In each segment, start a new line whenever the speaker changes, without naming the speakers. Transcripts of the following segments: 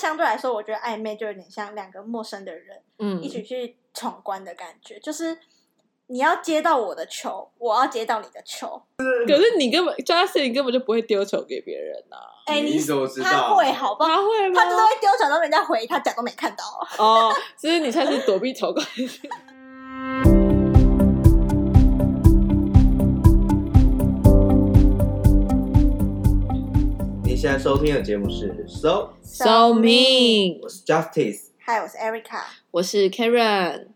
相对来说，我觉得暧昧就有点像两个陌生的人
嗯
一起去闯关的感觉，就是你要接到我的球，我要接到你的球。
可是你根本 Justin 根本就不会丢球给别人呐、
哎、
啊你
你
怎么知
他
道嗯
会好不好？
他会吗
他？就是会丢球，然后人家回他假装没看到。
哦，所以你才是躲避投 篮。
你现在收听的节目是 So，
So mean
我是 Justice，
嗨，我是 Erica。
我是 Karen。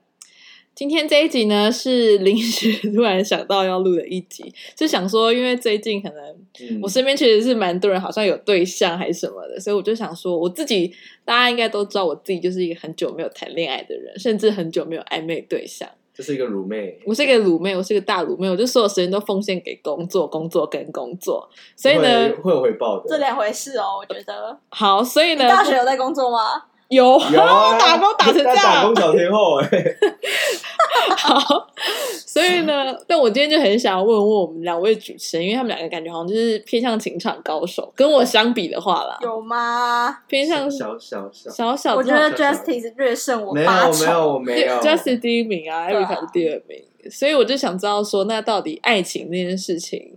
今天这一集呢是临时 突然想到要录的一集，就想说，因为最近可能
嗯
我身边其实是蛮多人好像有对象还是什么的，所以我就想说，我自己大家应该都知道，我自己就是一个很久没有谈恋爱的人，甚至很久没有暧昧对象。
这是一个乳妹，
我是一个卤妹，我是一个大卤妹，我就所有时间都奉献给工作、工作跟工作。所以呢
会，会有回报
这
的，
两回事哦，我觉得。
好，所以
你
呢，
大学有在工作吗？
有
有 啊
打工打成这
他打
样
工，小天后 哎，
好，所以呢，但我今天就很想要问问我们两位主持人，因为他们两个感觉好像就是偏向情场高手，跟我相比的话啦，
有吗？
偏向小
小小小，
小小
我觉得
小小
Justice 略胜我
没有
八成。
没有我没 有
j u s t 第一名啊
对啊
，Erica 是第二名，所以我就想知道说，那到底爱情那件事情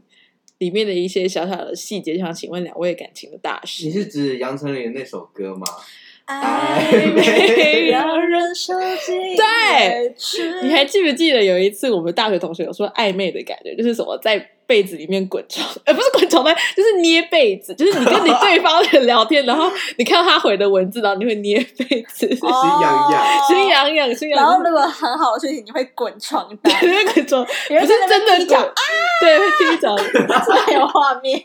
里面的一些小小的细节，想请问两位感情的大师。
你是指杨丞琳的那首歌吗？
爱
没有
让人哎受尽
对
委屈
你还记不记得有一次我们大学同学有说暧昧的感觉，就是什么在被子里面滚床，呃，不是滚床单，就是捏被子，就是你跟你对方的聊天，然后你看到他回的文字，然后你会捏被子，
哦心痒痒
哦
心痒痒，心
然
痒
后
痒。
如果很好的事情，你会滚床 单，
对那个床
你会
不是
在那边
真的
踢脚啊
滚，对，会踢脚。
这太有画面。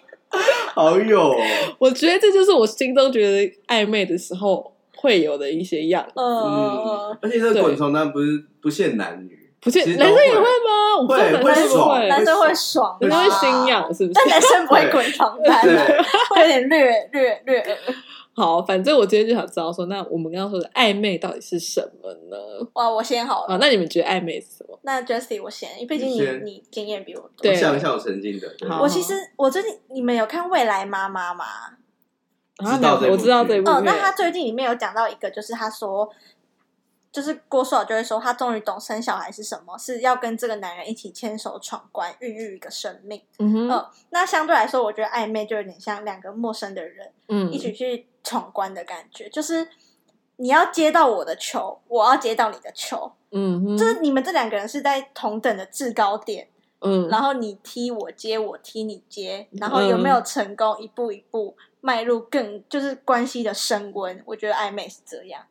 好 友哦，
我觉得这就是我心中觉得暧昧的时候会有的一些样，
呃
嗯，，而且这
对
个滚床单不是不限男女，
不是
其实都
男生也
会
会吗？我不知道
会
男生会不
会
会，
爽
男生会爽，
男生会心，痒，是不是
但？男生不会滚床单
对，
啊，会有点略略略恶。
好，反正我今天就想知道说，那我们刚刚说的暧昧到底是什么呢？
哇，我先好
啊，
了，
那你们觉得暧昧是什么？
那 Jessie 我先，因为毕竟
你
你
先
你经验比我多。
对
我想一下我曾经的，对
好
我其实我最近你们有看《未来妈妈》吗？
啊，
知道
没有我知道这
这
部
部
片，
哦，那他最近里面有讲到一个，就是他说，就是郭书瑶就会说，他终于懂生小孩是什么，是要跟这个男人一起牵手闯关，孕育一个生命。
嗯
嗯、
哼，
那相对来说，我觉得暧昧就有点像两个陌生的人
嗯，
一起去闯关的感觉，就是。你要接到我的球，我要接到你的球，
嗯哼，
就是你们这两个人是在同等的制高点，
嗯，
然后你踢我接，我踢你接，然后有没
嗯
有成功，一步一步迈入更就是关系的升温。我觉得暧昧是这样。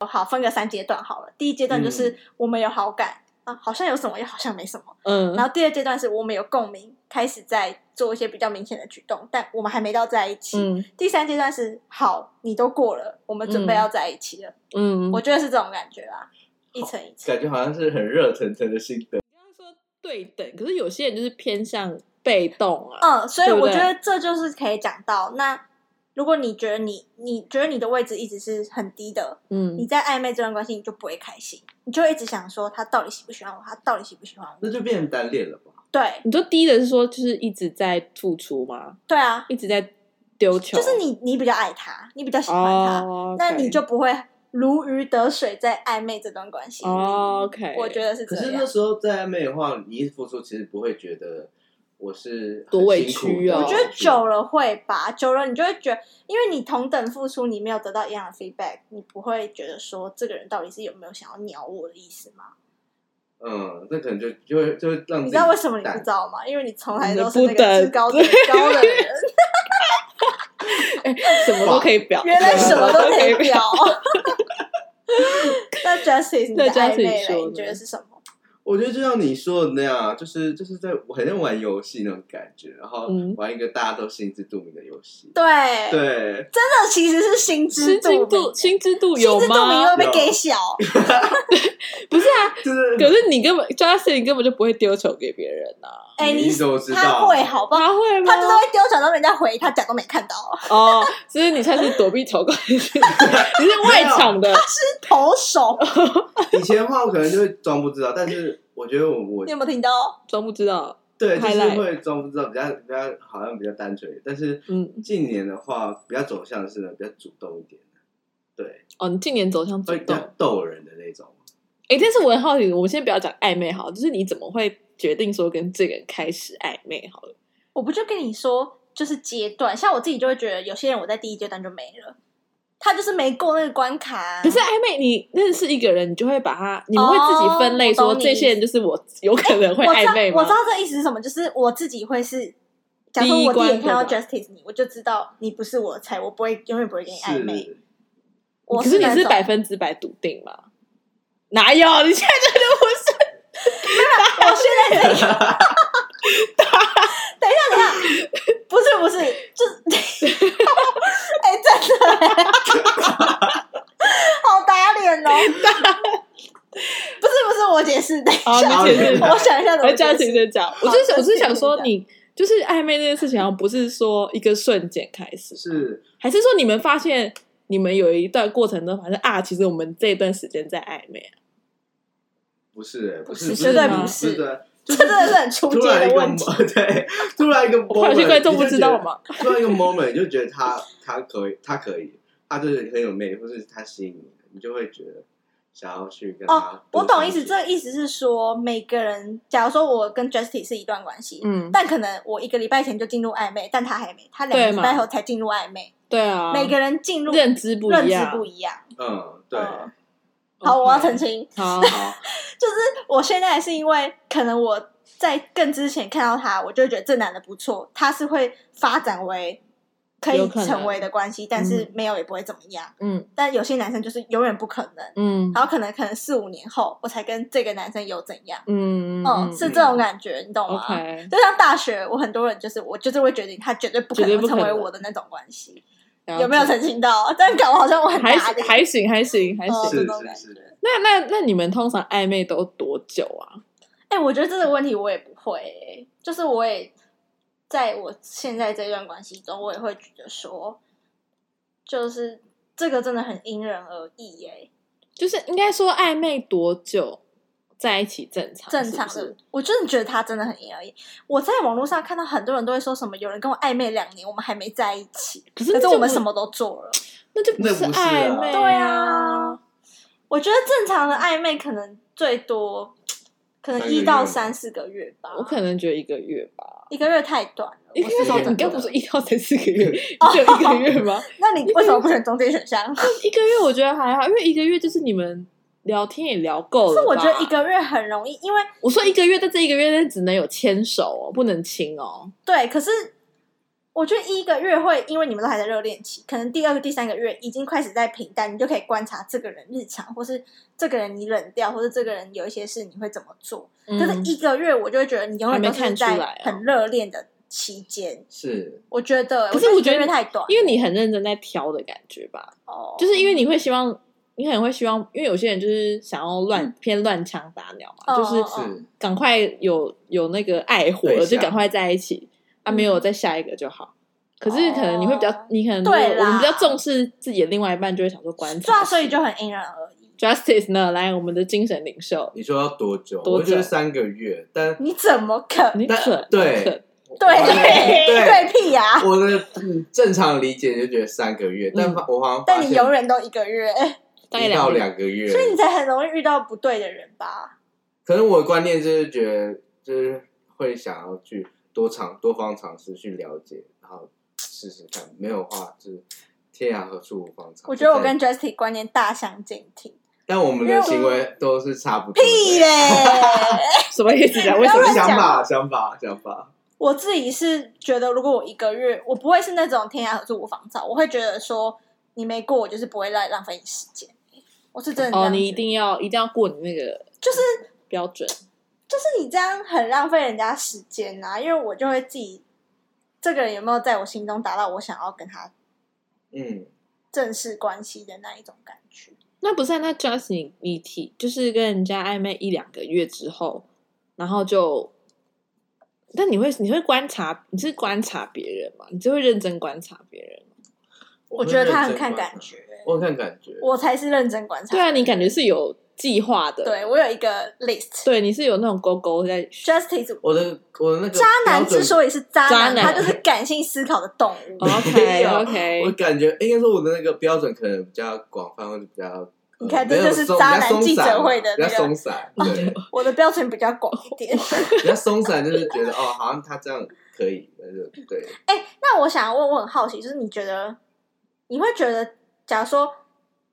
好，分个三阶段好了。第一阶段就是我们有好感、啊，好像有什么，又好像没什么。
嗯，
然后第二阶段是我们有共鸣，开始在做一些比较明显的举动，但我们还没到在一起。
嗯
第三阶段是好，你都过了，我们准备
嗯
要在一起了。
嗯，
我觉得是这种感觉啦，一层一层。
感觉好像是很热腾腾的心得，
刚刚说对等，可是有些人就是偏向被动啊，
嗯，所以
对不
我
对
觉得这就是可以讲到。那如果你觉得你你觉得你的位置一直是很低的，你
嗯，
在暧昧这段关系你就不会开心，你就会一直想说他到底喜不喜欢我，他到底喜不喜欢我？
那就变成单恋了吧？
对
你说第一的是说就是一直在付出吗？
对啊，
一直在丢球，
就是你你比较爱他，你比较喜欢他，
哦，
那你就不会如鱼得水在暧昧这段关系里。
哦 OK，
我觉
得
得是
可
这
是那
样。
时候在暧昧的话，你一直付出，其实不会觉得我是很
多委
辛苦
屈哦
的
我觉得久了会吧，久了你就会觉得，因为你同等付出，你没有得到一样的 feedback，你不会觉得说这个人到底是有没有想要鸟我的意思吗？
嗯，那可能就就会就会让
你
自己
知道为什么你不
淡
知道吗？因为你从来
你
都
的
是
不
那个制
等
高点高的 人，
什么都可以表，
原来什么都可以
表。
表。那 Justice，你的
那
暧
Justice
昧嘞，
说呢
你觉得是什么？
我觉得就像你说的那样啊，就是就是在我很像玩游戏那种感觉，然后
嗯
玩一个大家都心知肚明的游戏。
对，
对，
这其实是心知
心知
肚
肚
明，
心知肚有
心知肚明
吗
会？被
有
gay 小，
不是啊，
就 是
可是你根本 Justin 根本就不会丢球给别人呐、啊，
哎，
你怎么知道
他会好不好？
他会吗？
哦他就是会丢球，然后人家回他假装没看到，啊
哦，所以你才是躲避球攻 击，你是外场的，
是投手，
以前的话，我可能就会装不知道，但是我觉得我我
你有没有听到？
装不知道。
对就是
highlight
会装不知道，比较比较好像比较单纯一点，但是
嗯
近年的话，比较走向是呢比较主动一点。
哦，你近年走向主
会比
动
较。逗人的那种。
哎，但是我很好奇，我们先不要讲暧昧好了，就是你怎么会决定说跟这个人开始暧昧好了？
我不就跟你说，就是阶段，像我自己就会觉得，有些人我在第一阶段就没了，他就是没过那个关卡啊、
可是暧昧，你认识一个人，你就会把他，你们会自己分类
哦
说
我懂你
这些人就是我有可能会
我知道
暧昧，
我
吗
知？道这意思是什么，就是我自己会是，假如
第一
我第一眼
关
看到
对
Justice 你，我就知道你不是我的菜，我不会永远不会跟你暧昧。
是，
我
可是你
那
是
种
百分之百笃定吗？哪有？你现在觉得我 是？
我现在在。 等一下，等一下，不是不是，就是，哎、真的、好打脸哦！不是不是，我解释，等一下，
哦，
好
你解释
好
我想一下怎
我
么
这样
解
请
释。
着讲，我就是
好
我就是想
这
说
样
你。就是暧昧这件事情，好像不是说一个瞬间开始，
是
还是说你们发现你们有一段过程中，反正啊，其实我们这段时间在暧昧啊，
不是欸？不
不是
是，
绝对
不
不
是
的。
这真的是很出
突
界
然一
的
个
问题。
moment- 对，突然一个 moment，
我怕有些观众
你
不
就
知
觉得
道嘛。
突然一个 moment，你就觉得他他可以，他可以，他就是很有魅力，或是他吸引你，你就会觉得想要去跟他
哦，我
多
懂
相
意思，
处
这意思是说，每个人，假如说我跟 Justy 是一段关系，
嗯，
但可能我一个礼拜前就进入暧昧，但他还没，他两个
对
礼
嘛
拜后才进入暧昧，
对啊，
每个人进入
认知不
认
一
知
样，
不一样。
嗯，对，
嗯好，我要澄。清，
好，
好，
我现在是因为可能我在更之前看到他，我就会觉得这男的不错，他是会发展为可
有
以
可能
成为的关系，但是没有也不会怎么样。
嗯
但有些男生就是永远不可能，
嗯
然后可能可能四五年后我才跟这个男生有怎样，
嗯，
嗯，是哦这种感觉，你懂吗？
OK，
就像大学，我很多人就是我就是会决定他绝对不可
绝对
能
不可
成
能
为我的那种关系，
了解
有没有澄清到？这样搞我好像我很
还
打
行
脸，
还行还行还
哦
行。
这
是
种感
是
觉
是，
那那那你们通常暧昧都多久啊？
哎、我觉得这个问题我也不会、欸，就是我也在我现在这段关系中，我也会觉得说，就是这个真的很因人而异、欸，
就是应该说暧昧多久在一起正常？
正常的，
啊是不是
我真的觉得他真的很因人而异。我在网络上看到很多人都会说什么，有人跟我暧昧两年，我们还没在一起，
可是
可是
那就
我们
不
什么都做了。
那就
那
是
不是
暧
啊
昧、
对啊，我觉得正常的暧昧可能最多可能
三个
一
月
到
吗
三四个月吧，
我可能觉得一个月吧。
一个月太短了。
一
我
个
哦是说
月，
真
你
的
刚不是一到三四个月，你只有一个月吗？
那你为什么不选中间选项？可
一个月我觉得还好，因为一个月就是你们聊天也聊够了吧。
是我觉得一个月很容易，因为
我说一个月，但这一个月内只能有牵手哦，不能亲哦。
对，可是我觉得一个月会，因为你们都还在热恋期，可能第二个、第三个月已经开始在平淡，你就可以观察这个人日常，或是这个人你冷掉，或是这个人有一些事你会怎么做。
嗯
可是一个月，我就会觉得你永远都
还
是
没看出来
在
哦
很热恋的期间。
是
我觉得，
可是我觉得
一个月太短，
因为你很认真在挑的感觉吧，
哦，
就是因为你会希望，你可能会希望，因为有些人就是想要乱、偏乱枪打鸟嘛，
哦
就是
哦
是，
赶快有有那个爱火
对
了，就
象
赶快在一起啊，
嗯
没有再下一个就好。可是可能你会比较，
哦
你可能
对
就是我们
啦
比较重视自己的另外一半，就会想说观
对
察
啊，
一下。
所以就很因人而异。
Justice 呢，来我们的精神领袖，
你说要多久？
多
我觉得
久
三个月，但
你怎么可
你
但
准
对
你准
对
我的
对屁呀、
我的嗯正常理解就觉得三个月，但
嗯
发我好像发
但你
现
永远都一个月，
大概
一到
两
两个月，
所以你才很容易遇到不对的人吧？
可能我的观念就是觉得，就是会想要去多尝多方尝试去了解，然后试试看。没有的话，就是天涯何处无芳草。
我觉得我
就在
跟 Justy 观念大相径庭。
但我们
因为
的
我
行为都是差不多的。
屁嘞！
什么意思啊？
不
为什
要
么
乱讲
想
话
法，想法，想法。
我自己是觉得，如果我一个月，我不会是那种天涯何处无芳草，我会觉得说你没过，我就是不会来浪费你时间。我是真的这
哦，
样觉得
你一定要一定要过你那个
就是
标准，
就是你这样很浪费人家时间啊，因为我就会自己这个人有没有在我心中达到我想要跟他
嗯，
正式关系的那一种感觉。
那不是啊、那 just 你你提就是跟人家暧昧一两个月之后，然后就，但你会你会观察，你是观察别人嘛？你就会认真观察别人。
我
会
觉得他很
认真
看
观察
感，觉，
我很看感觉。
我才是认真观察。
啊对啊，你感觉是有计划的。
对我有一个 list。
对，你是有那种勾勾在
Justice
我的我的那个
渣男之所以是渣
渣
男，
男哦
他就是感性思考的动物。
OK
以
OK，
我感觉应该说我的那个标准可能比较广泛，或者比较。
你看
呃
这就是
没有松
渣
比
男
较松
记者
散
会的
比较
那个
松散，对，
我的标准比较广一 点。
比较松散，就是觉得哦，好像他这样可以，那就对。
哎那我想问，我很好奇，就是你觉得，你会觉得，假如说，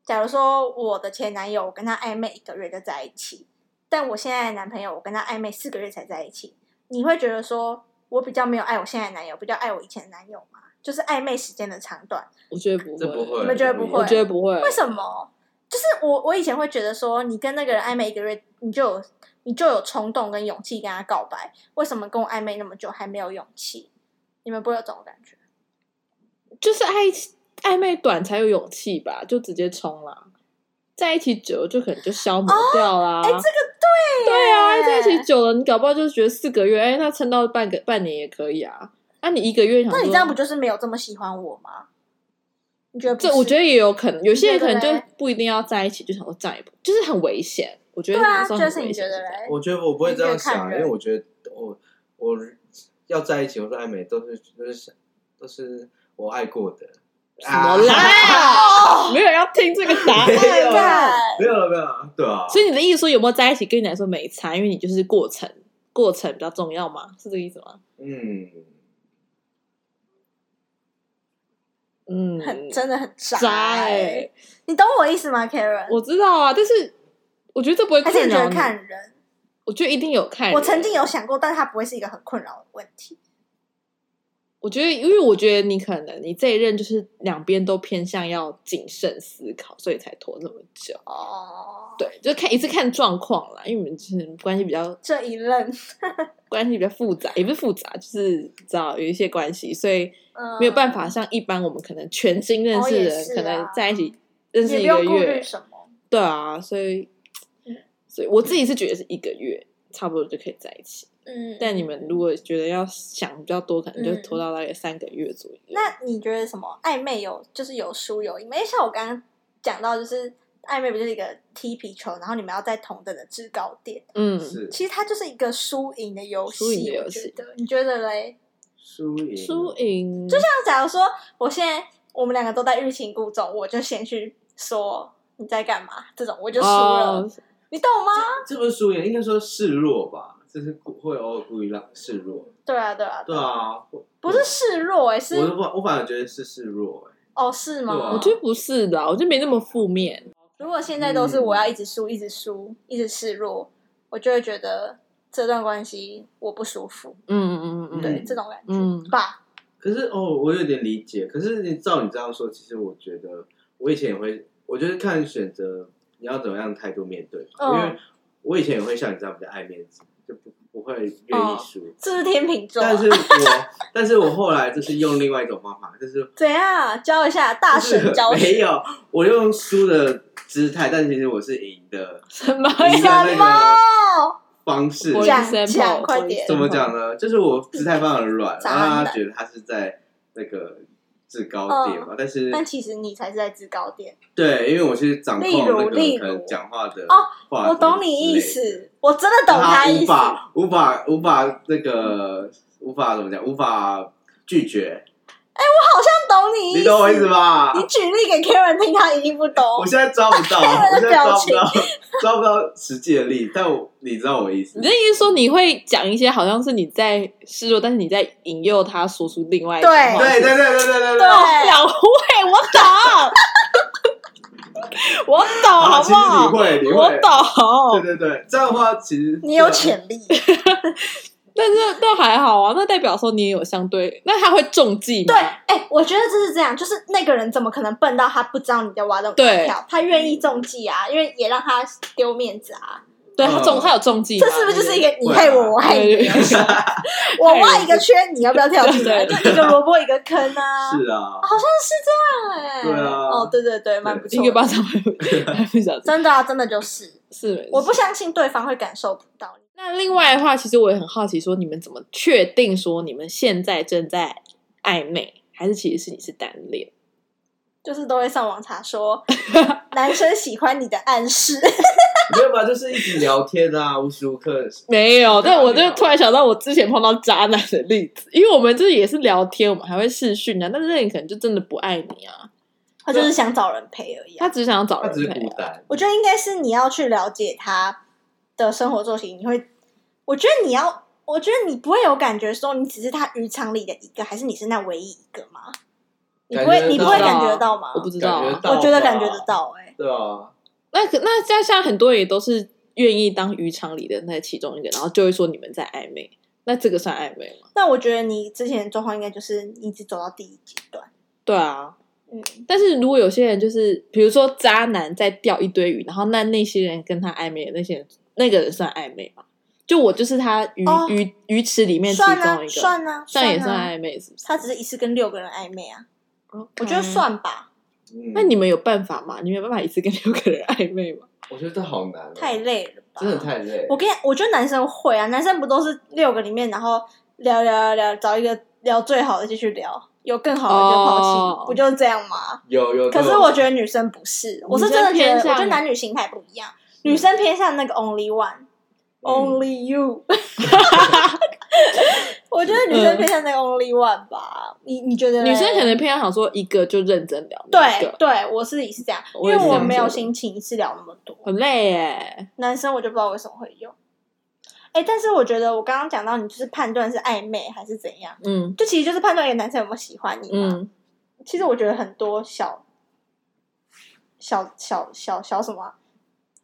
假如说我的前男友，我跟他暧昧一个月就在一起，但我现在的男朋友，我跟他暧昧四个月才在一起，你会觉得说我比较没有爱我现在的男友，比较爱我以前的男友吗？就是暧昧时间的长短，
我觉得不
这不会
你们觉得不会
我觉得不会，
为什么？就是我，我以前会觉得说，你跟那个人暧昧一个月，你就有你就有冲动跟勇气跟他告白，为什么跟我暧昧那么久还没有勇气？你们不会有这种感觉？
就是暧暧昧短才有勇气吧，就直接冲啦。在一起久了就可能就消磨掉啦。
哎、这个对耶，
对啊，在一起久了，你搞不好就觉得四个月，哎，那撑到半个半年也可以啊。那、你一个月想，
那你这样不？就是没有这么喜欢我吗？你觉得不是？
这我觉得也有可能，有些人可能
你觉得嘞
就不一定要在一起，就想说哦这样也不，就是很危险。我觉得
对啊，
有时候
就
很
是你
危
觉
险
得
这样
嘞？
我觉得我不会这样
你觉得看
想，因
人
为我觉得我我要在一起或者暧昧都是都是想都是我爱过的。
什么
啊？
啦？没有人要听这个答
没
案
有
啊
啦。
没有了，没有了，对啊。
所以你的意思说有没有在一起，跟你来说没差，因为你就是过程，过程比较重要嘛，是这个意思吗？
嗯，
嗯，
很真的很渣、
渣哎、
欸。你懂我意思吗，Karen？
我知道啊，但是我觉得这不会
还是
困
你觉
扰
得
你。
看人？
我觉得一定有看人。
我曾经有想过，但它不会是一个很困扰的问题。
我觉得，因为我觉得你可能你这一任就是两边都偏向要谨慎思考，所以才拖那么久。
哦，
对，就看一次看状况啦，因为你们就是关系比较
这一任，
关系比较复杂，也不是复杂，就是你知道有一些关系，所以
嗯，
没有办法像一般我们可能全新认识的人，
哦也是啊
可能在一起认识
也
一
不
个
用顾虑
月，
什么。嗯
对啊，所以所以我自己是觉得是一个月差不多就可以在一起。
嗯，
但你们如果觉得要想比较多，可能就
嗯
拖到大概三个月左右。
那你觉得什么暧昧有就是有输有赢吗？因为像我刚刚讲到，就是暧昧不就是一个踢皮球，然后你们要在同等的制高点。
嗯，
是
其实它就是一个输赢的游戏，
输赢的游
我
戏
觉得，你觉得嘞？
输赢，
输赢就像
那假如说我现在我们两个都在欲擒故纵，我就先去说你在干嘛，这种我就输了，
哦、
你懂吗？
这不是输赢，应该说示弱吧？这是故会偶尔故意让示弱。
对啊，对啊，
对啊，我
不是示弱哎、
我
是
反我反而觉得是示弱，哎，
哦，是吗？
对啊
我觉得不是的，我觉得没那么负面。
如果现在都
嗯
是我要一直输，一直输，一直示弱，我就会觉得这段关系我不舒服，
嗯嗯嗯
对、
嗯
嗯
这种感觉、
嗯
吧。
可是哦，我有点理解。可是你照你这样说，其实我觉得我以前也会，我觉得看选择你要怎么样态度面对吧，
嗯
因为我以前也会像你这样比较爱面子，就不不会愿意输。
是不是天秤座啊？
但是我，但是我后来就是用另外一种方法，就是
怎样教一下大神教
没
学？
有，我用输的姿态，但其实我是赢的，
什么
赢的
呀？
那个
哦，
方式。
这样讲快点
怎么？讲呢？就是我姿态放的软，
杂
让
乱
他
嗯的
觉得他是在那个制高点
嗯
嘛。但是
但其实你才是在制高点。
对，因为我是掌控那个
例如
可能讲话的
哦
话
我懂你意，思，我真的懂
他
他意
无
思。
法无法无法那个无法怎么讲，无法拒绝，
好像懂你意思，
你懂我意思吧？
你举例给 Karen 听，他一定不懂。
我现在抓不到，
看
我
他
现
的
在抓
表
不
情
到，抓不到实际的例，但我你知道我意思
你的。意思说你会讲一些好像是你在示弱，但是你在引诱他说出另外一种
对
话
对对对对对对
对
哦两会，我 懂，我懂，好
啊，
不
其实
好？
你会，你
我
会，对
懂，
对对，这样的话其实
你有，潜力，
但是那还好啊，那代表说你也有相对，那他会中计吗
对，哎、我觉得这是这样，就是那个人怎么可能笨到他不知道你在挖这种
对
股票？他愿意中计啊，因为也让他丢面子啊。
对，他中
嗯
他有中计嘛，
这是不是就是一
个
个你害我，我害
对
你？
对对
我挖一个圈，你要不要跳进来？就
对
一个萝卜一个坑啊！
是啊，
好像是这样哎、
对啊
哦，对对对，蛮不
一
错
个
的。
巴掌 拍不拍不响，
真的啊，真的就是，
是
我不相信对方会感受不到。
那另外的话，其实我也很好奇，说你们怎么确定说你们现在正在暧昧，还是其实是你是单恋？
就是都会上网查说男生喜欢你的暗示，
没有吧？就是一直聊天啊，无时 无刻。
没有，
对啊
但我就
对啊
突然想到我之前碰到渣男的例子，因为我们就是也是聊天，我们还会视讯啊，但是那你可能就真的不爱你啊，
他就是想找人陪而已啊、
他只是想要找
他只
人陪
是孤
啊、
单，
我觉得应该是你要去了解他的生活作息，你会，我觉得你要，我觉得你不会有感觉说你只是他渔场里的一个，还是你是那唯一一个吗？你不会，
感觉得到
你不会感觉得到吗？
我不知道
感
啊、
觉到吧，
我觉得感觉得到、哎，
对啊，
那可那现在现在很多人也都是愿意当渔场里的那其中一个，然后就会说你们在暧昧，那这个算暧昧吗？
但我觉得你之前的状况应该就是你只走到第一阶段，
对啊，
嗯，
但是如果有些人就是，比如说渣男在钓一堆鱼，然后那那些人跟他暧昧的那些人，那个人算暧昧吗？就我就是他鱼、
哦
鱼鱼池里面其中一
算
个，
啊，算啊，
这样也算
算啊，
暧昧是不是？
他只是一次跟六个人暧昧啊，我
我
觉得。算吧，
嗯
那你们有办法吗？你们有办法一次跟六个人暧昧吗？
我觉得这好难哦，
太累了吧，
真的太累。
我跟你，我觉得男生会啊，男生不都是六个里面，然后聊聊聊，找一个聊最好的继续聊，有更好的就抛弃
哦
不就是这样吗？
有有，
可是我觉得女生不是，我是真的觉得，
女生偏向嗯
我觉得男女心态不一样，女生偏向那个 only one、only you，我觉得女生偏向那个 only one 吧，你你觉得嘞？
嗯女生可能偏向想说一个就认真聊那一
对
个，
对，我自己是这样，因
我也
为
是这
我
样
没有
觉得
心情一次聊那么多，
很累耶。
男生我就不知道为什么会用。哎、但是我觉得我刚刚讲到，你就是判断是暧昧还是怎样，
嗯
就其实就是判断一个男生有没有喜欢你嘛。
嗯，
其实我觉得很多小小小小小什么啊，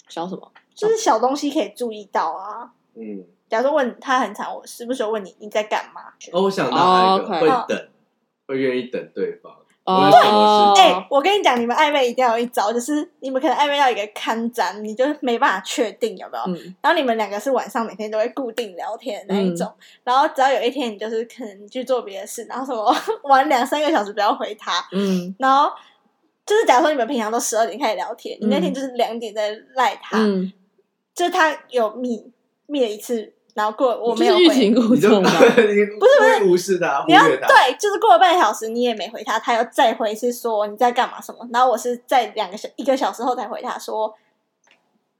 想什么？
就是小东西可以注意到啊。
嗯，
假如说问他很常，我时不时问你你在干嘛？
哦，我想到还有一个
OK
哦
会等，会愿意等对方。我
哦
有什么
哎、我跟你讲，你们暧昧一定要有一招，就是你们可能暧昧到一个看展，你就是没办法确定有没有。
嗯
然后你们两个是晚上每天都会固定聊天的那一
嗯
种，然后只要有一天你就是可能去做别的事，然后什么 玩两三个小时不要回他，
嗯
然后就是假如说你们平常都十二点开始聊天，你那天就是两点在赖他，
嗯，
就是他有密密了一次，然后过了我没有
就是欲擒
回。
故
你就
纵吧。
你不是不是无视他，忽
你要
略他，
对，就是过了半个小时你也没回他，他又再回一次说你在干嘛什么，然后我是在两个小一个小时后才回他说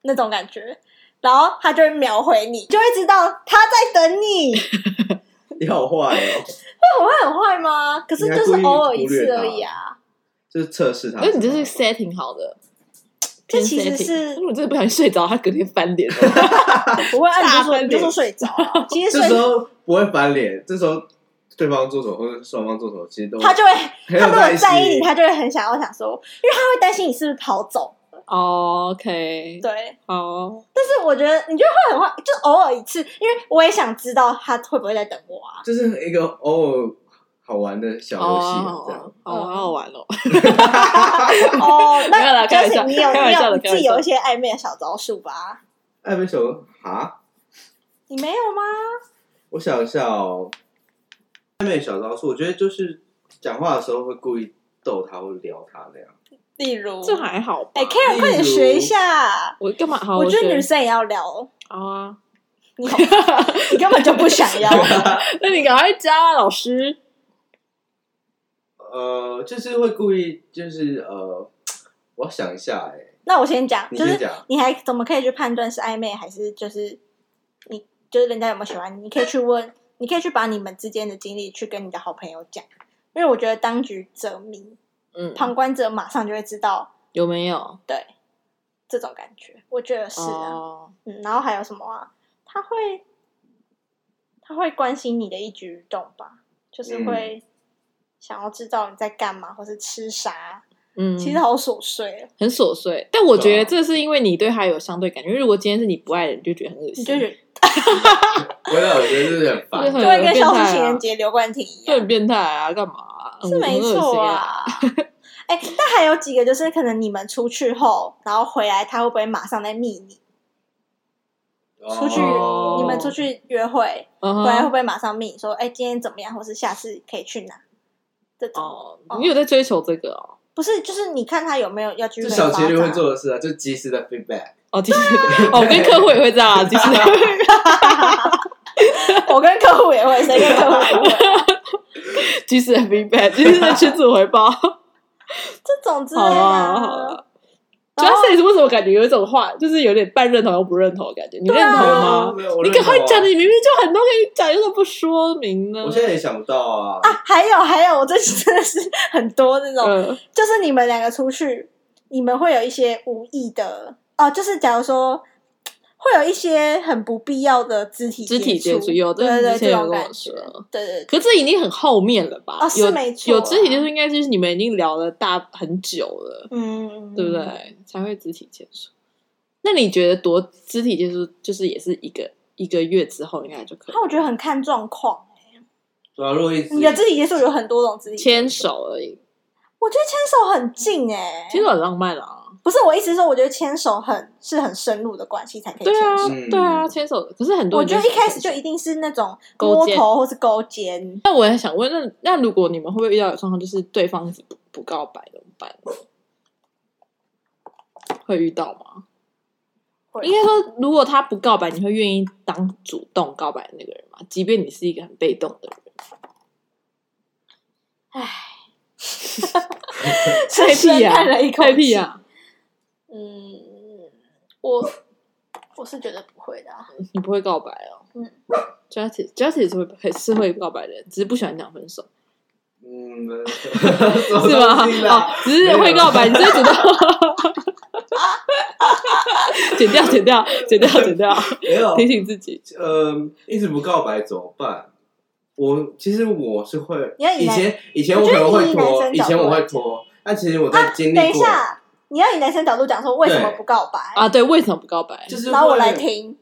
那种感觉，然后他就会秒回你，就会知道他在等 你。
你好坏哦，
我会很坏吗？可是
你还
就是
故意
偶尔一
忽略
次
他
而已啊。
就是测试他。
那你这是 setting 好的，
这
先
其实
setting
是
如果真的不小心睡着，他隔天翻脸了。
不会按啊你就
大
说
分
你就说
裂
睡着啊，其实
这时
睡
候不会翻脸，这时候对方做什么或者双方做什么，其实都
他就会，
很有
他如果
耐
在意
心
你，他就会很想要想说，因为他会担心你是不是跑走。
哦 OK，
对，
好，
但是我觉得你就会很坏，就偶尔一次，因为我也想知道他会不会在等我啊。
就是一个偶尔好玩的小游戏啊
哦
这样。
嗯
好好好玩哦。
哦，
没有
那
啦
就
开玩
是
笑
你有你
开玩笑
有
的
你自己
开玩笑
有一些暧昧的小招数吧？
暧昧手哈，
你没有吗？
我想一下哦，暧昧小招数，我觉得就是讲话的时候会故意逗他或撩他那样。
例如，
这还好吧，
哎，Karen
例
快点
如
学一下。
我干嘛？好，
哦我觉得女
学
生也要聊，
好啊。
你好你根本就不想 要。
那你赶快教啊，老师。
呃，就是会故意，就是呃，我要想一下、欸，
那我先讲，
你
就
先
是
讲，
你还怎么可以去判断是暧昧还是就是你就是人家有没有喜欢你？你可以去问，你可以去把你们之间的经历去跟你的好朋友讲，因为我觉得当局者迷，
嗯，
旁观者马上就会知道
有没有？
这种感觉。我觉得是啊，
哦
嗯，然后还有什么啊？他会他会关心你的一举一动吧，
嗯
就是会想要知道你在干嘛或是吃啥，
嗯，
其实啊好琐碎哦，
很琐碎，但我觉得这是因为你对他有相对感觉。因为如果今天是你不爱的人，你就觉得很恶心，
你就觉得
我有，我觉得是很
就
烦
很。
就会
有
跟
变
消失
态啊
情人节刘冠廷一
就
样
很。变态啊，干嘛啊？
是没
很恶
错
心啊。
啊。 哎、但还有几个就是可能你们出去后，然后回来，他会不会马上再密你？出去、
哦
你们出去约会，回
嗯
来会
哼
不会马上密你说，哎、今天怎么样，或是下次可以去哪？这种、
哦，你有在追求这个哦？
不是，就是你看他有没有要去
这
跟
小
发
情侣会
展。
做的事啊，就及时的 feedback。
哦，其实 哦，我跟客户也会这样啊，其实
我跟客户也会，谁跟客 户不会？
即使很明白，即使在群组回报。
这种之类
哦好
的
啦
啊、
好啦，主要是你为什么感觉有一种话，就是有点半认同又不认同的感觉？你认同吗？
没有，我
哦你
认
赶
同
快
啊
讲，你明明就很多可以讲，又都不说明呢。
我现在也想不到啊。
啊，还有还有，我这期真的是 很多那种，
嗯
就是你们两个出去，你们会有一些无意的哦，就是假如说会有一些很不必要的肢体
肢体接
接
触有的
对对对
之前
这
有
种
跟
感
我
觉
说，，
对对对，
可这已经很后面了吧？
哦是
有
没错
有肢体接触
啊
应该就是你们已经聊了大很久了，
嗯，
对不对？才会肢体接触。那你觉得多肢体接触就是也是一个一个月之后应该就可以
那我觉得很看状况，
对啊，如果一直
你的肢体接触有很多种肢体接触
牵，手而已，
我觉得牵手很近哎、
牵手很浪漫了啊。
不是我意思是说，我觉得牵手很是很深入的关系才可以
对
牵
啊
手。，
嗯
对啊，牵手。可是很多
哎我
人
觉得
是
一开始
牵手
就一定是那种
勾
摸
肩
头或是勾肩，
那我很想问，那那如果你们会不会遇到有状况，就是对方一直不不告白怎么办？会遇到吗？
会啊
应该说，如果他不告白，你会愿意当主动告白的那个人吗？即便你是一个很被动的人，
唉，
太屁
深
呀、
叹了一口
太
气
屁啊呀、
嗯，我我是觉得不会的、啊。
你不会告白哦。
嗯
j u s t i c e j u s t i c e 会很是会告白的人，只是不喜欢讲分手，
嗯，
是
是
吗？哦，只是会告白，你只是主动。 剪掉，剪掉，剪掉，剪掉，
没有，
提醒自己。
呃，一直不告白怎么办？我其实我是会，
你要以
以
男
前以前我可能会
我觉得
拖，
你
以
以男生角度啊
前我会拖，但其实我在经历
等一
过，
下，你要以男生角度讲说为什么
对
不告白，
啊，对，为什么不告白？
就是
然后我
会
来，听，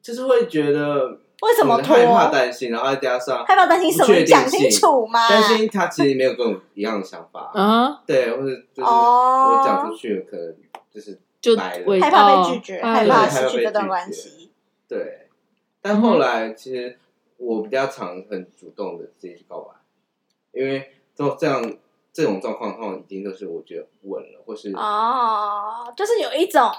就是会觉得
为什么拖？
害怕担心，然后再加上
害怕担心什么？
不确定
讲
性
清楚嘛。
担心他其实没有跟我一样的想法，
啊，
对，或者就是
嗯哦，
我讲出去可能就是
就
白了
为
害怕被拒绝，
哦
害
哎
怕
呀
失去这
害怕被拒绝
段关系。
对，但后来其实我比较常很主动的自己去告白，因为都这样这种状况，通常已经都是我觉得稳了，或是
啊哦，就是有一种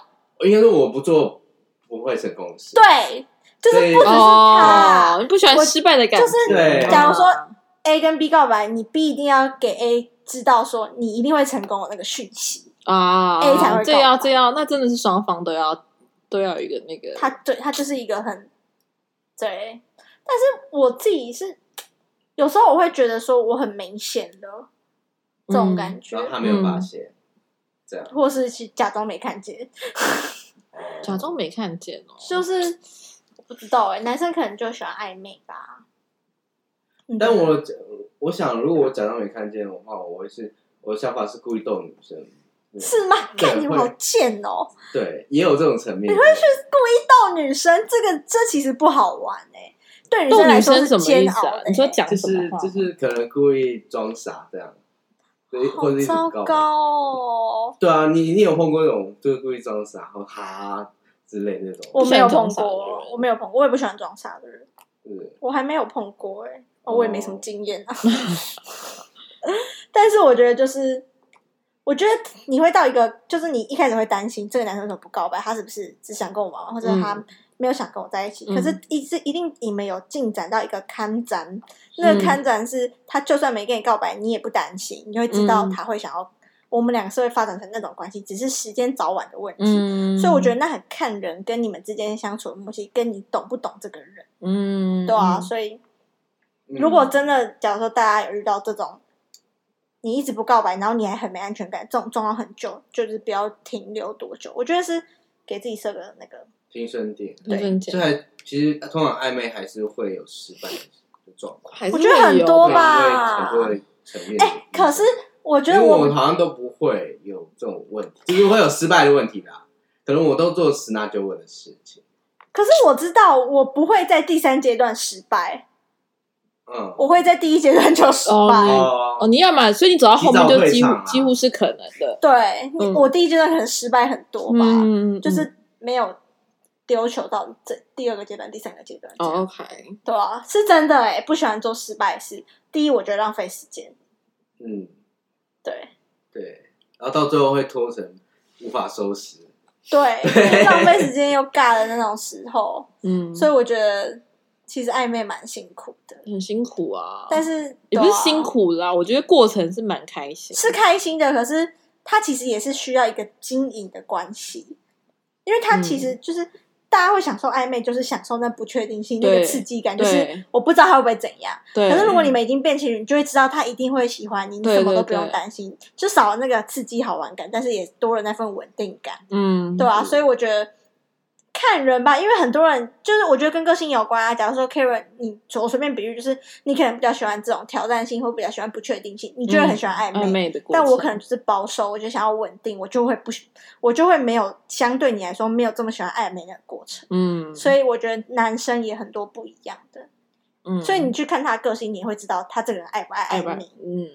应该是我不做不会成功的事。
对，就是
对
不只是
哦，
他
你不喜欢
我
失败的感觉。
就是
对
假如说 A 跟 B 告白，你 B 一定要给 A 知道说你一定会成功的那个讯息，
啊
A 才会
这
告
要
白
这要，那真的是双方都要都要有一个那个
他对他就是一个很对，但是我自己是有时候我会觉得说我很明显的这种感觉，
嗯然后他没有发现，这样
或是去假装没看见，
假装没看见哦。
就是不知道哎、男生可能就喜欢暧昧吧。嗯
但我我想，如果我假装没看见的话，我会是我的想法是故意逗女生。
是吗？
对
看你们
会
好贱哦、
对，也有这种层面。你会去
逗女生，这个这其实不好玩哎、对女
逗
生来
女
说
生
是
什么意
煎熬
思
的
啊
欸、？
你说讲
就
什么
是
话？
就是可能故意装傻这样，对，或
好
者一直
糟
不告白。
糕哦！
对啊，你你有碰过那种就是故意装傻，然后哈之类那种？
我没有碰
不喜欢装傻的
过
人，
我没有碰过，我也不喜欢装傻的人，
是
我还没有碰过哎、哦，
哦
我也没什么经验啊。 但是我觉得就是，我觉得你会到一个，就是你一开始会担心这个男生为什么不告白，他是不是只想跟我玩玩，或者他
嗯
没有想跟我在一起？
嗯
可是一是一定你们有进展到一个看展，
嗯
那个看展是他就算没跟你告白，你也不担心，你会知道
嗯
他会想要，我们两个是会发展成那种关系，只是时间早晚的问题。
嗯，
所以我觉得那很看人，跟你们之间相处的默契，跟你懂不懂这个人，
嗯，
对啊。
嗯
所以
嗯
如果真的，假如说大家有遇到这种，你一直不告白，然后你还很没安全感，这种状况很久，就是不要停留多久。我觉得是给自己设个那个，
听声点，
认真
这
讲，
还其实通常暧昧还是会有失败的状况，
还是
我觉得
会
很
有
多
对
吧
因为很多层面。
哎、可是我觉
因
得
为
我
我
们
们好像都不会有这种问题，就是会有失败的问题啦。可能我都做十拿九稳的事情，
可是我知道我不会在第三阶段失败，
嗯，
我会在第一阶段就失败。
哦哦，
哦，
你要嘛，所以你走到后面就
提
几
早
乎、
会场啊
几乎是可能的，
对，你
嗯
我第一阶段可能失败很多吧，
嗯，
就是没有丢球到这第二个阶段、第三个阶段这样。
哦，OK，
对啊，是真的哎、不喜欢做失败事。第一，我觉得浪费时间。
嗯，
对
对，然后到最后会拖成无法收拾，
对，浪费时间又尬的那种时候，
嗯，
所以我觉得其实暧昧蛮辛苦的，
很辛苦啊，
但是
也不
对
是
啊
辛苦啦，我觉得过程是蛮开心，
是开心的，可是它其实也是需要一个经营的关系，因为它其
嗯
实就是、大家会享受暧昧，就是享受那不确定性、那
对
个刺激感，就是
对
我不知道他会不会怎样。
对。嗯
可是如果你们已经变情侣，你就会知道他一定会喜欢你，你
对
什么
对
都不用
对
担心，就少了那个刺激好玩感，但是也多了那份稳定感。
嗯，
对啊，
嗯
所以我觉得看人吧，因为很多人就是我觉得跟个性有关啊。假如说 Karen，你我随便比喻，就是你可能比较喜欢这种挑战性，或比较喜欢不确定性，你就会很喜欢暧昧。
嗯暧昧的过
但
程，
我可能就是保守，我就想要稳定，我就会不喜，我就会没有相对你来说没有这么喜欢暧昧的过程。
嗯，
所以我觉得男生也很多不一样的，
以
所以你去看他个性，你也会知道他这个人爱不爱
爱
暧
吧
昧。，
嗯。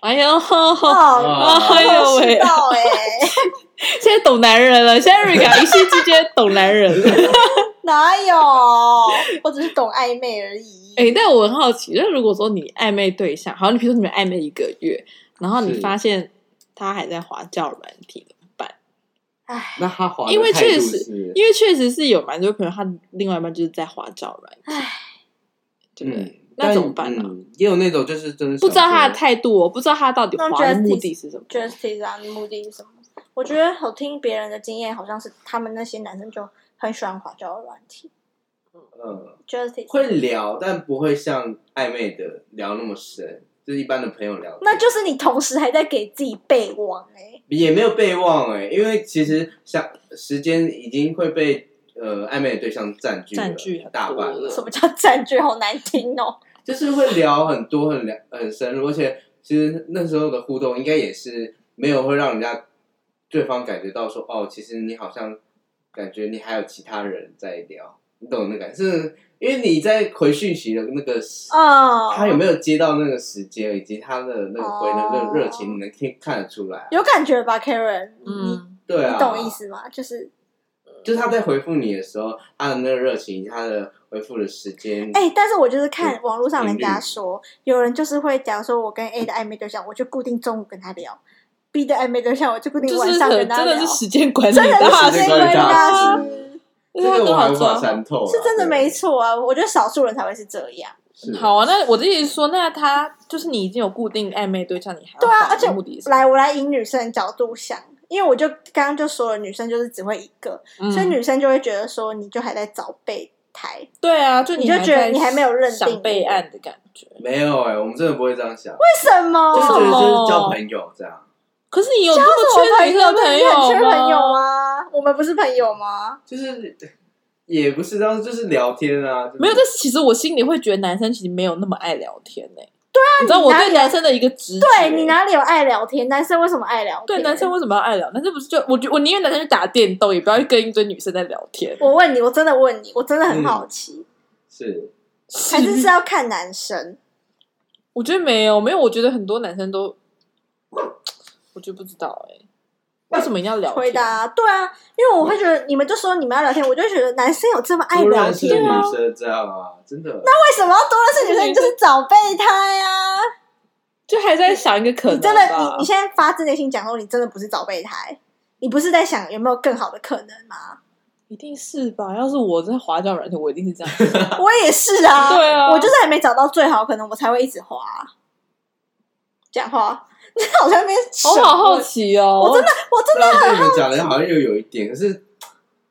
哎呦，
哦，
哎呦
我知
喂！
道哎、
现在懂男人了，现在 Rika 一夕之间懂男人了。
哪有？我只是懂暧昧而已。
哎、但我很好奇，就是如果说你暧昧对象，好，你比如说你们暧昧一个月，然后你
是
发现他还在滑教软体怎么办？
唉。
那他滑的
因为
态度
确实
是
因为确实是有蛮多朋友，他另外一半就是在滑教软体，对不对？
嗯，
那怎么办呢、
嗯也有那种就是真的
不知道他
想
的
说
态度，我不知道他到底
那
滑的
Justice-
目的是什么。
Justice 啊，你目的是什么？我觉得我听别人的经验，好像是他们那些男生就很喜欢滑交友软体。
嗯
Justice，
会聊，但不会像暧昧的聊那么深，就是一般的朋友聊天。
那就是你同时还在给自己备忘哎、
也没有备忘哎、因为其实像时间已经会被呃暧昧的对象占据了
占据很
大半
多了
什么叫占据？好难听哦。
就是会聊很多很聊很深入，而且其实那时候的互动应该也是没有会让人家对方感觉到说哦，其实你好像感觉你还有其他人在聊，你懂那感觉？是因为你在回讯息的那个时
嗯，
他有没有接到那个时间，以及他的那个回的热
哦
热情，你能听看得出来啊、
有感觉吧，Karen？你
嗯，
对啊，
你懂意？思吗？就是
就是他在回复你的时候，他的那个热情，以及他的回复的时间，
哎、但是我就是
嗯
看网络上人
频
家
率
说，有人就是会讲说，我跟 A 的暧昧对象，我就固定中午跟他聊；B 的暧昧对象，我就固定
就
晚
是
上
很
跟他
真
聊。
的是时间管理
真的是
大
时
师
间
间
管
管
理
理
大
大
师
师。
因
这
为他
个
多
我还
少
无法
抓。
参透、啊，
是真的
对
没。错啊，我觉得少数人才会是这样。
是
好啊，那我的意思是说，那他就是你已经有固定暧昧对象，你还要
对啊
找
而且
目的是什么，
来，我来以女生的角度想，因为我就刚刚就说了，女生就是只会一个，
嗯
所以女生就会觉得说，你就还在找备胎，
对啊，就
你就觉得你还没有认定
想备案的感觉。
没有哎、我们真的不会这样想，
为什么？
就是觉得
什么
就是交朋友这样，
可是你有这么缺
朋
女生
友，
朋
你很缺朋友
吗？
吗？我们不是朋友吗？
就是也不是这样，就是聊天啊，就是
没有，但是其实我心里会觉得男生其实没有那么爱聊天呢、对啊，你知道
你
我
哪
对
里
男生的一个直觉，
对啊你哪里有爱聊天？男生为什么爱聊天？
对男生，为什么要爱聊？男生不是就我觉我宁愿男生去打电动，也不要去跟一堆女生在聊天。
我问你，我真的问你，我真的很好奇，
是
还是是要看男生？
我觉得没有，没有，我觉得很多男生都，我就不知道哎、为什么一定要聊天？
回答对啊，因为我会觉得你们就说你们要聊天，我就觉得男生有这么爱
多
聊
认识的
天
女
吗？
生这样啊，真的。
为什么要多认识女生？你就是找备胎啊！
就还在想一个可能
你真的，
吧
你你现在发自内心讲说，你真的不是找备胎，你不是在想有没有更好的可能 吗？
一定是吧？要是我在滑教软件，我一定是这样想。
我也是啊，
对啊
我就是还没找到最好可能，我才会一直滑。讲话， 你好像没
我好好奇哦，
我真的，我真的，
然后被你们讲的好像又有一点，可是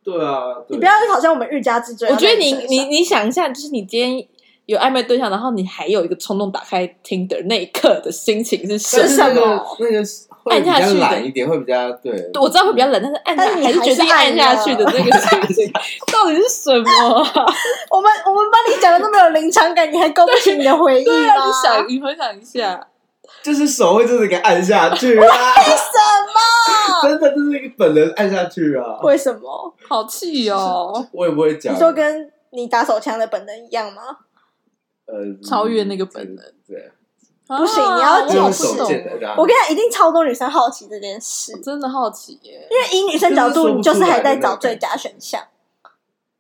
对啊，对
你不要好像我们欲加之罪。
我觉得你
要在身
你
上
你想一下，就是你今天有暧昧对象，然后你还有一个冲动打开 Tinder 那一刻的心情是什么？
但是
什
那个
么
那个会比
按下
较
去的
懒一点，会比较对。
我知道会比较冷，但是按下
但是你
还是决定按下去的那个心情，到底是什么啊、
我们我们帮你讲的那么有临场感，你还勾不起你的回忆吗？
对啊，你想，你回想一下，
就是手会真的给按下 去啊，
什么？
真的就是一个本能按下去啊。
为什么？
好气哦，
我也不会讲，
你说跟你打手枪的本能一样吗？
呃
超越那个本能，啊
对，
不
不行你要
我好
用
用
不
手
手
懂
贱的这
哦，
样。
我跟你讲，一定超多女生好奇这件事，
我真的好奇耶，
因为以女生角度，你就是还在找最佳选项，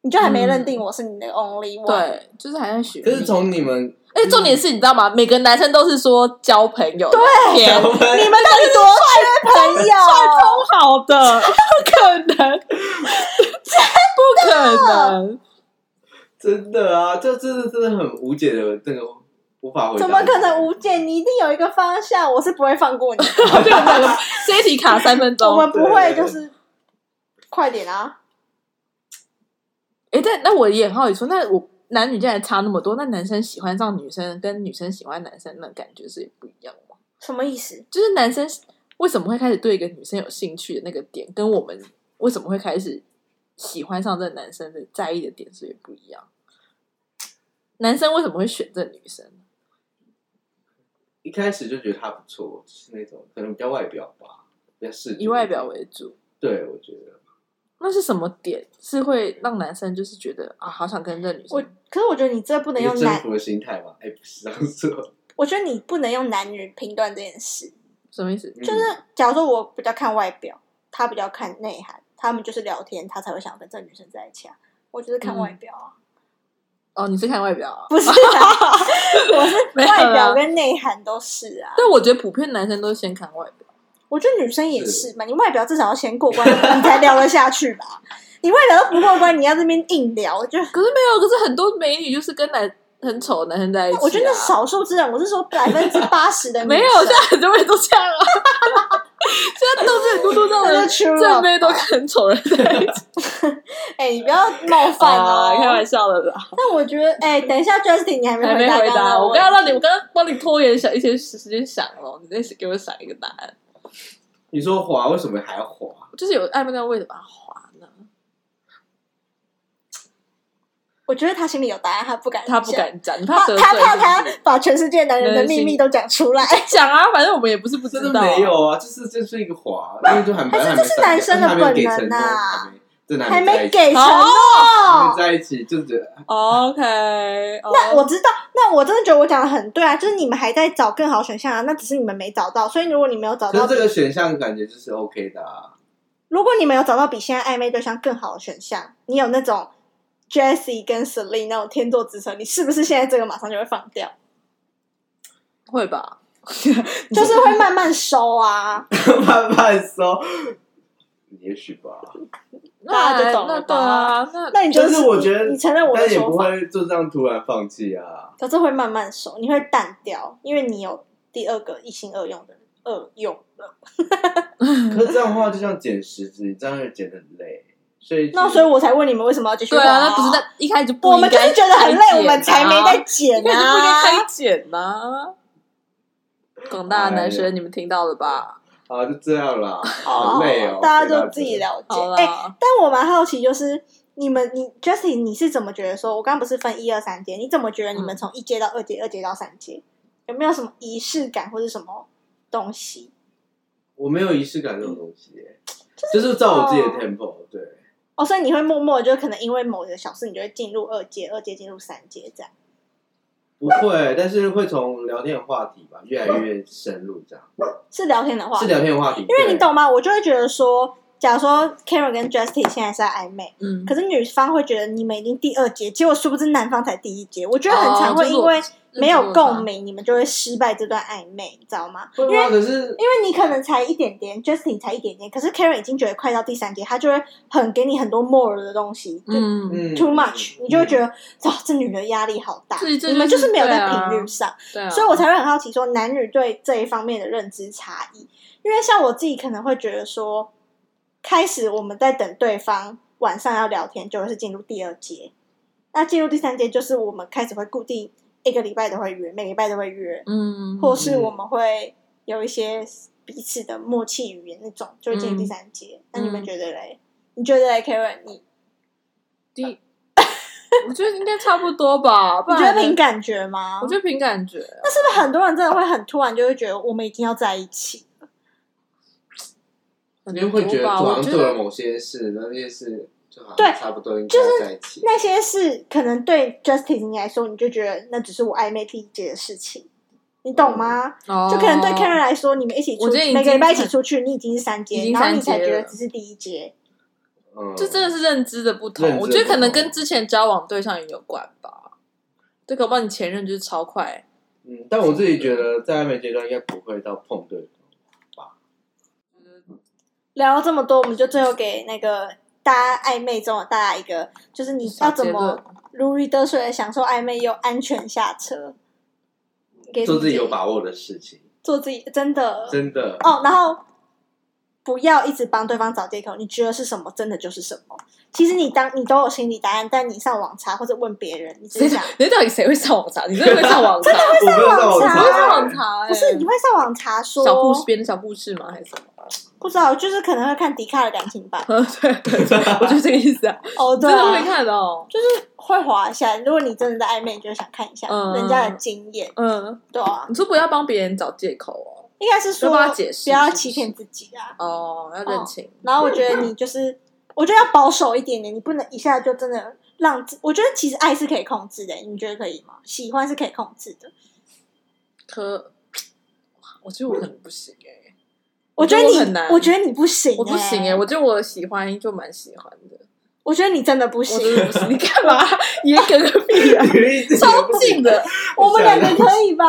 你就还没认定我是你的 only one。
对，就是还在学。
可是从你们
而且重点是，你知道吗？每个男生都是说交朋友，对，天
我们
你们到底多缺朋友？
超好的，不可能，不可能。
真的啊，这真的真的很无解的那个无法回答。
怎么可能无间？你一定有一个方向，我是不会放过你的。
对，我们这一题卡三分
我
钟。
们不会
对
就是快点啊！
哎，但那我也很好奇说，那我男女竟然差那么多，那男生喜欢上女生跟女生喜欢男生那感觉是不一样的吗？
什么意思？
就是男生为什么会开始对一个女生有兴趣的那个点，跟我们为什么会开始喜欢上这个男生的在意的点是也不一样。男生为什么会选这女生？
一开始就觉得他不错，就是那种可能比较外表吧，比较视觉
以外表。为主，
对，我觉得
那是什么点是会让男生就是觉得啊，好想跟这女
我
生？
可是我觉得你这不能
一个
用
征
男，
服的心态嘛，哎，不是这样 说，
我觉得你不能用男女评断这件事。
什么意
嗯
思？
就是
假如说我比较看外表，他比较看内涵，他们就是聊天，他才会想跟这个女生在一起啊。我就是看外表啊，
哦，你是看外表啊？
不是啊， 我是
没有啦
外表跟内涵都是啊。
但我觉得普遍男生都是先看外表。
我觉得女生也是嘛，你外表至少要先过关，你才聊得下去吧。你外表都不过关，你要这边硬聊，就
可是没有，可是很多美女就是跟男很丑的男生在一起、啊。
我觉得那是少数之人。我是说百分之八十 的女生
没有，现在很多人都这样啊。现在都是很多都这样 的
那
人，
就 true
正
love
妹都跟很丑人在一起。
哎、你不要冒犯哦、
啊开玩笑的啦，
但我觉得，哎、等一下，Justin，你还没
还
回
没
答
回
刚
答。
刚
我刚刚让你，我刚刚帮你拖延想一些时间想了，你再给我想一个答案。
你说滑，为什么还要滑？
就是有暧昧那为什么要滑呢？
我觉得他心里有答案，他不敢，
他不，敢讲，你
他
怕得罪
他怕
是
他
不是
把全世界男人的秘密都讲出来。
讲啊，反正我们也不是不知
真的
道啊。
没有啊，就是就是一个滑，因为就很
但是这是男生的本能啊
还没这男
还没
在一起
给承
还没
诺。
在一起，就觉得
OK，
那
哦
哦
那
我知道，那我真的觉得我讲的很对啊，就是你们还在找更好选项啊，那只是你们没找到。所以如果你没有找
可
到
是，这个选项感觉就是 OK 的啊。
如果你没有找到比现在暧昧对象更好的选项，你有那种 Jessie 跟 Celine 那种天作之合，你是不是现在这个马上就会放掉？
会 吧？
就是会慢慢收 啊。
慢慢搜，也许吧。
大家就懂了
那对啊，那
那你 就
但是我觉得
你承认我的
但也
说
不
法，
会就这样突然放弃啊。
可是会慢慢收，你会淡掉，因为你有第二个一心二用的人二用了。嗯
可是这样的话，就像捡石子，你这样会捡得很累。所以
那
其实
所以我才问你们为什么要继续
对
玩
啊，那不是那一开始就不
我们
应
就
该
是觉得很累
开，剪
我们才没
啊
在剪
一开始 不应该
啊
开。剪呐、广大的男生，你们听到了吧？
啊，就这样啦，
好
好累哦。
大家就自己了解
好。了，
哎、但我蛮好奇，就是你们，你 Justin，你是怎么觉得说？我刚刚不是分一二三阶，你怎么觉得你们
嗯
从一阶到二阶，二阶到三阶，有没有什么仪式感或是什么东西？
我没有仪式感这种东西耶，就是照我自己的 tempo 对。
哦，所以你会默默地就可能因为某个小事，你就会进入二阶，二阶进入三阶这样。
不会，但是会从聊天的话题吧，越来越深入这样。
是聊天的话，
是聊天的话题，
因为你
对
懂吗？我就会觉得说，假如说 Karen 跟 Justin 现在是在暧昧。
嗯，
可是女方会觉得你们已经第二节，结果殊不知男方才第一节。我觉得很常
哦
会
就是
因
我
为没有共
鸣。
鸣，你们就会失败这段暧昧，你知道吗？
会吗？可是
因为你可能才一点点，Justin 才一点点，可是 Karen 已经觉得快到第三节，他就会很给你很多 more 的东西，就
嗯，
嗯
too much，、
嗯
你就会觉得，哦，这女的压力好大，
这这
你们
就
就是是没有在
对啊
频率上。
对啊，
所以我才会很好奇，说男女对这一方面的认知差异。因为像我自己可能会觉得说，开始我们在等对方晚上要聊天，就会是进入第二阶。那进入第三阶，就是我们开始会固定一个礼拜都会约，每个礼拜都会约，
嗯，
或是我们会有一些彼此的默契语言那种，就会进入
嗯
第三阶。那你们觉得嘞？你觉得嘞，Karen？你
第，我觉得应该差不多 吧。不
你
然
觉得凭？感觉吗？
我觉得凭感觉啊，
是不是很多人真的会很突然就会觉得我们已经要在一起？
很
嗯因为会
多
觉得
吧
好
我
像
觉
做了
得
某些事，那些事就好
对
像差不多应该
就是
在一起。
那些事可能对 Justin 你来说，你就觉得那只是我暧昧第一节的事情，你懂吗？
哦
就可能对 Karen 来说，你们一起出
我觉得已经
每个礼拜一起出去，你已经是三
已
节，
经
然后你
三
才
阶
觉得
了
只是第一节。
嗯，
这真的是认知的不同
认。知
我觉得可能
不同
跟之前交往对象也有关吧。对，搞不好你前任就是超快，
嗯，但我自己觉得在暧昧阶段应该不会到碰对方。
聊了这么多，我们就最后给那个大家暧昧中的大家一个，就是你要
小
怎
结论
么如鱼得水的享受暧昧又安全下车？
子。
给
做自己有把握的事情，
做自己真的
真的。
哦，然后不要一直帮对方找借口，你觉得是什么，真的就是什么。其实你当你都有心理答案，但你上网查或者问别人，你只
谁
是
想
想，
你到底谁会上网查？你真的会上 网查？
我没有在
上网查
你会上网
网查，
查、欸？
不是你会上网查说，
小护士编的小护士吗？还是什么？。
不知道，就是可能会看迪卡的感情版
对对对，我就这个意思啊，
哦， 对
真的会
啊，
看哦。
就是会滑一下。如果你真的在暧昧，你就想看一下
嗯
人家的经验，
嗯，
对啊，
你说不要帮别人找借口哦
应该是说
要帮他解
不
释
要
是不是
欺骗自己啊。
哦，哦，要认清。
然后我觉得你就是，我觉得要保守一点点，你不能一下就真的让自。我觉得其实爱是可以控制的，你觉得可以吗？喜欢是可以控制的。
可，我觉得我可能不行哎，
我觉得
我很
你，
难
我觉得你不行、欸
我不行哎，
我
我觉得我喜欢就蛮喜欢的，
我觉得你真的不
我
行。
真的不行。你干嘛？ 严格个 屁啊！超近的，
我们两个可以吧？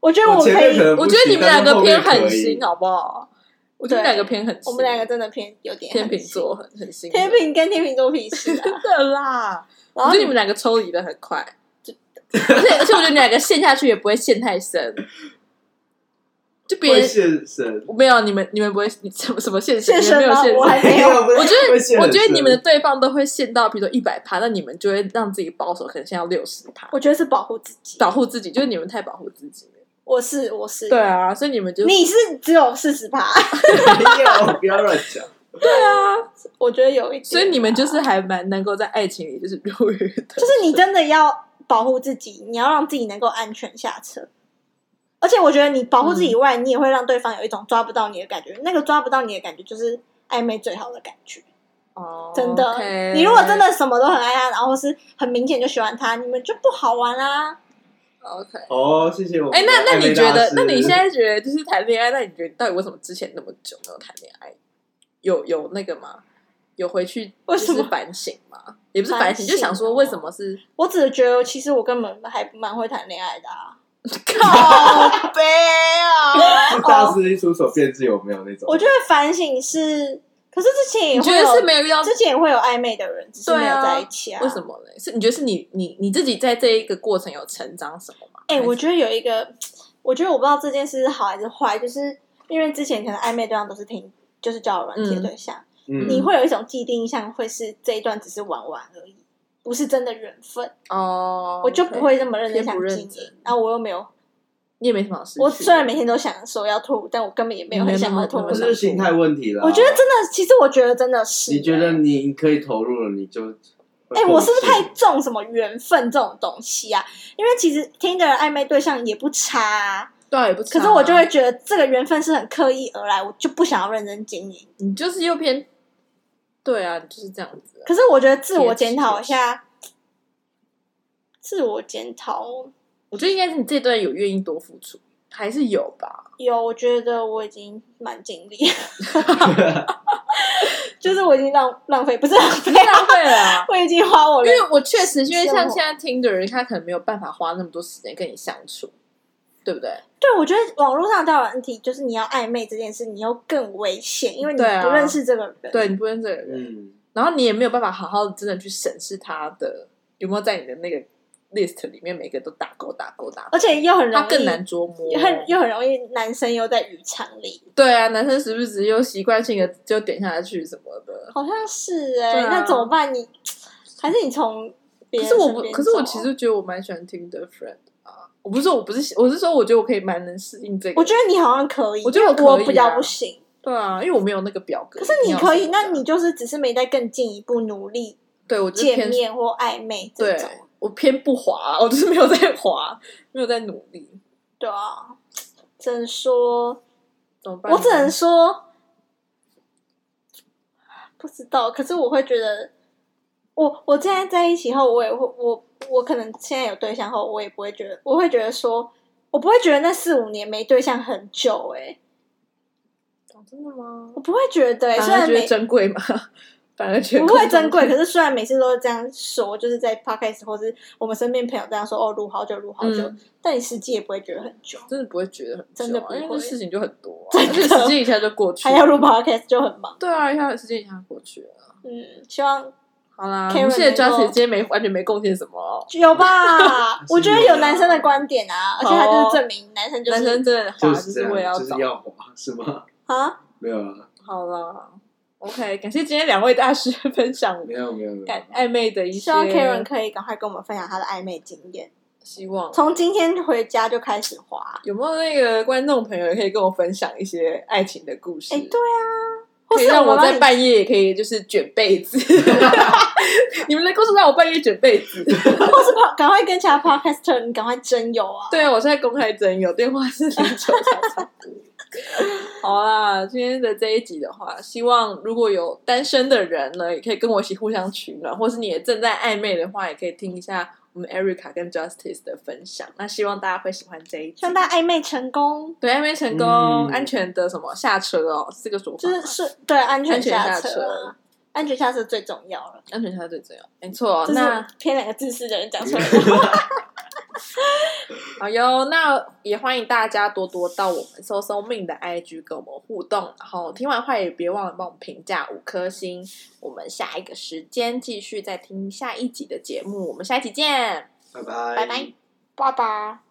我觉得
我
我
前
可以
面可，能
我
不
觉得
行
你们两个偏狠，心，
但是后面可以
好不好？我觉得你
对
两个偏狠心，
我们两个真的偏有点
天
狠
秤
心
座很很心，
天秤跟天秤座脾气啊。
真的啦。我
然后
觉得你们两个抽离的很快， 而且而且我觉得你们两个陷下去也不会陷太深，就别
会
人
现身。
没有你们你们不会你什么什么陷
现
你们
身
没有
吗
陷？
我还
深。
没有。
我觉得
会现身
我觉得你 们的对方都会陷到，比如说一百趴，那你们就会让自己保守，可能陷到六十趴，
我觉得是保护自己。
保护自己，就是你们太保护自己了。
我是我是，
对，啊，所以你们就
你是只有四十趴，
没有，不要乱讲。
啊
我觉得有一点。
所以你们就是还蛮能够在爱情里就是如鱼的，
就是你真的要保护自己，你要让自己能够安全下车。而且我觉得你保护自己以
嗯
外，你也会让对方有一种抓不到你的感觉。那个抓不到你的感觉，就是暧昧最好的感觉。
哦
真的你如果真的什么都很爱他，然后是很明显就喜欢他，你们就不好玩啊啦、
OK。
哦，谢谢我们的
哎、
暧昧
那
大师。
那你觉得，那你现在觉得就是谈恋爱，那你觉得到底为什么之前那么久没有谈恋爱？有有那个吗？有回去
为什么
就是反省吗？也不是
反
反
省
省，就想说为什么是
我只是觉得，其实我根本还蛮会谈恋爱的啊。
靠背
哦
啊？
是大师一出手便知有没有那种？
我觉得反省是，可是之前也
你觉
会
得是
有，
没有遇到？
之前也会有暧昧的人，只是没有
对啊
在一起啊。
为什么呢？是你觉得是你你你自己在这一个过程有成长什么吗？
哎、
还是
我觉得有一个，我觉得我不知道这件事是好还是坏，就是因为之前可能暧昧对象都是听，就是交友软件对象，
嗯
你会有一种既定印象，会是这一段只是玩玩而已，不是真的缘分，
哦，
我就不，会这么认真
偏
想
不认
经营
真。
然后我又没有，
你也没什么好失去的。
我虽然每天都想说要吐，但我根本也没有
没
很
那
想
么
要吐。
那么
我
我
想
是心态问题了。
我觉得真的，其实我觉得真的是、
哦你觉得？你可以投入了，你就
哎、我是不是太重什么缘分这种东西啊？因为其实听的人暧昧对象也不差、啊。
对啊也不差
可
啊，
是我就会觉得这个缘分是很刻意而来，我就不想要认真经营。
你就是又偏，对啊，你就是这样子啊、
可是我觉得自我检讨一下，自我检讨
我觉得应该是你这段有愿意多付出，还是有吧？
有，我觉得我已经蛮尽力， 就是我已经浪浪费，不是浪费，
浪费 了啊、
我已经花我
因
的。
为我确实， 因为
生
像
活
现在听的人，他可能没有办法花那么多时间跟你相处，对不对？
对，我觉得网络上的交友问题就是你要暧昧这件事，你又更危险，因为你
对啊
不认识这个人。
对你不认识这个人，
嗯，
然后你也没有办法好好地真的去审视他的有没有在你的那个 list 里面，每个都打勾打勾打勾
而，且又很容
他
易，
更难捉摸。
又很又很容易，男生又在渔场里，
对啊，男生时不时又习惯性的就点下去什么的。
好像是哎、
对啊
那怎么办？你还是你从别人
可是我
身
不，
边
可是我
走啊
其实觉得我蛮喜欢听的 friend 啊。我不是说我不是喜，我是说我觉得我可以蛮能适应这个。
我觉得你好像可以，
我觉得我
因为
可以啊
比较不行。
对啊，因为我没有那个表格。
可是你
一定要
可以，
写的
那你就是只是没再更进一步努力
对我就是
见
偏
面或暧昧这
对
种，
我偏不滑，啊我就是没有在滑，没有在努力，
对啊。只能说，
怎么办呢？
我只能说不知道。可是我会觉得，我我现在在一起后，我也会我我可能现在有对象后，我也不会觉得，我会觉得说，我不会觉得那四五年没对象很久哎、欸
哦真的吗
我？不会觉得、欸，虽
反而
然
觉
每
得珍贵吗？反而觉得
不会珍贵，可是虽然每次都是这样说，就是在 podcast 或是我们身边朋友这样说，哦，录好久，录好久，
嗯
但你实际也不会觉得很久，
真的不会觉得很久啊
真的不会
因为这事情就很多、啊，而且时 间一下就过去
还
了，
要录 podcast 就很忙。
对啊，一下时间一下过去了。
嗯，希望
好啦，
Karen
我们现在
没做
Justin 今天没完全没贡献什么哦，
有 吧？我觉得有男生的观点啊，而且他就是
哦
证明男生就
男
是
生真的滑
就
就是
这
我也
样，就是
找。
要滑是吗？
啊，
没有了，
好了，OK，感谢今天两位大师 分享
没有没有没有
感。暧昧的一
希
些
望 Karen 可以赶快跟我们分享他的暧昧经验。
希望。
从今天回家就开始滑，
有没有那个观众朋友也可以跟我分享一些爱情的故事？
哎，对啊，或
可以
是
让我
让
在
你
半夜也可以就是卷被 子。你们的故事让我半夜卷被 子。
或是跑赶快跟其他 podcaster，你赶快真有啊！
对啊，我现在公开征友，电话是零九九九。好啦，今天的这一集的话，希望如果有单身的人呢，也可以跟我一起互相取暖，或是你也正在暧昧的话，也可以听一下我们 Erica 跟 Justice 的分享。那希望大家会喜欢这一
希
集
望。大家暧昧成功，
对，暧昧成功，
嗯
安全的什么下车哦，是这个说法
就
吗，
是是对安全
安全
下
下
车
车
啊，安全下车最重要了。
安全下车最重要，没错。哦
这
那
是偏两个自私的人讲出来 的。
好哟，那也欢迎大家多多到我们搜搜命的 IG 跟我们互动，然后听完话也别忘了帮我们评价五颗星。我们下一个时间继续再听下一集的节目，我们下一集见，
拜拜
拜拜。
爸爸。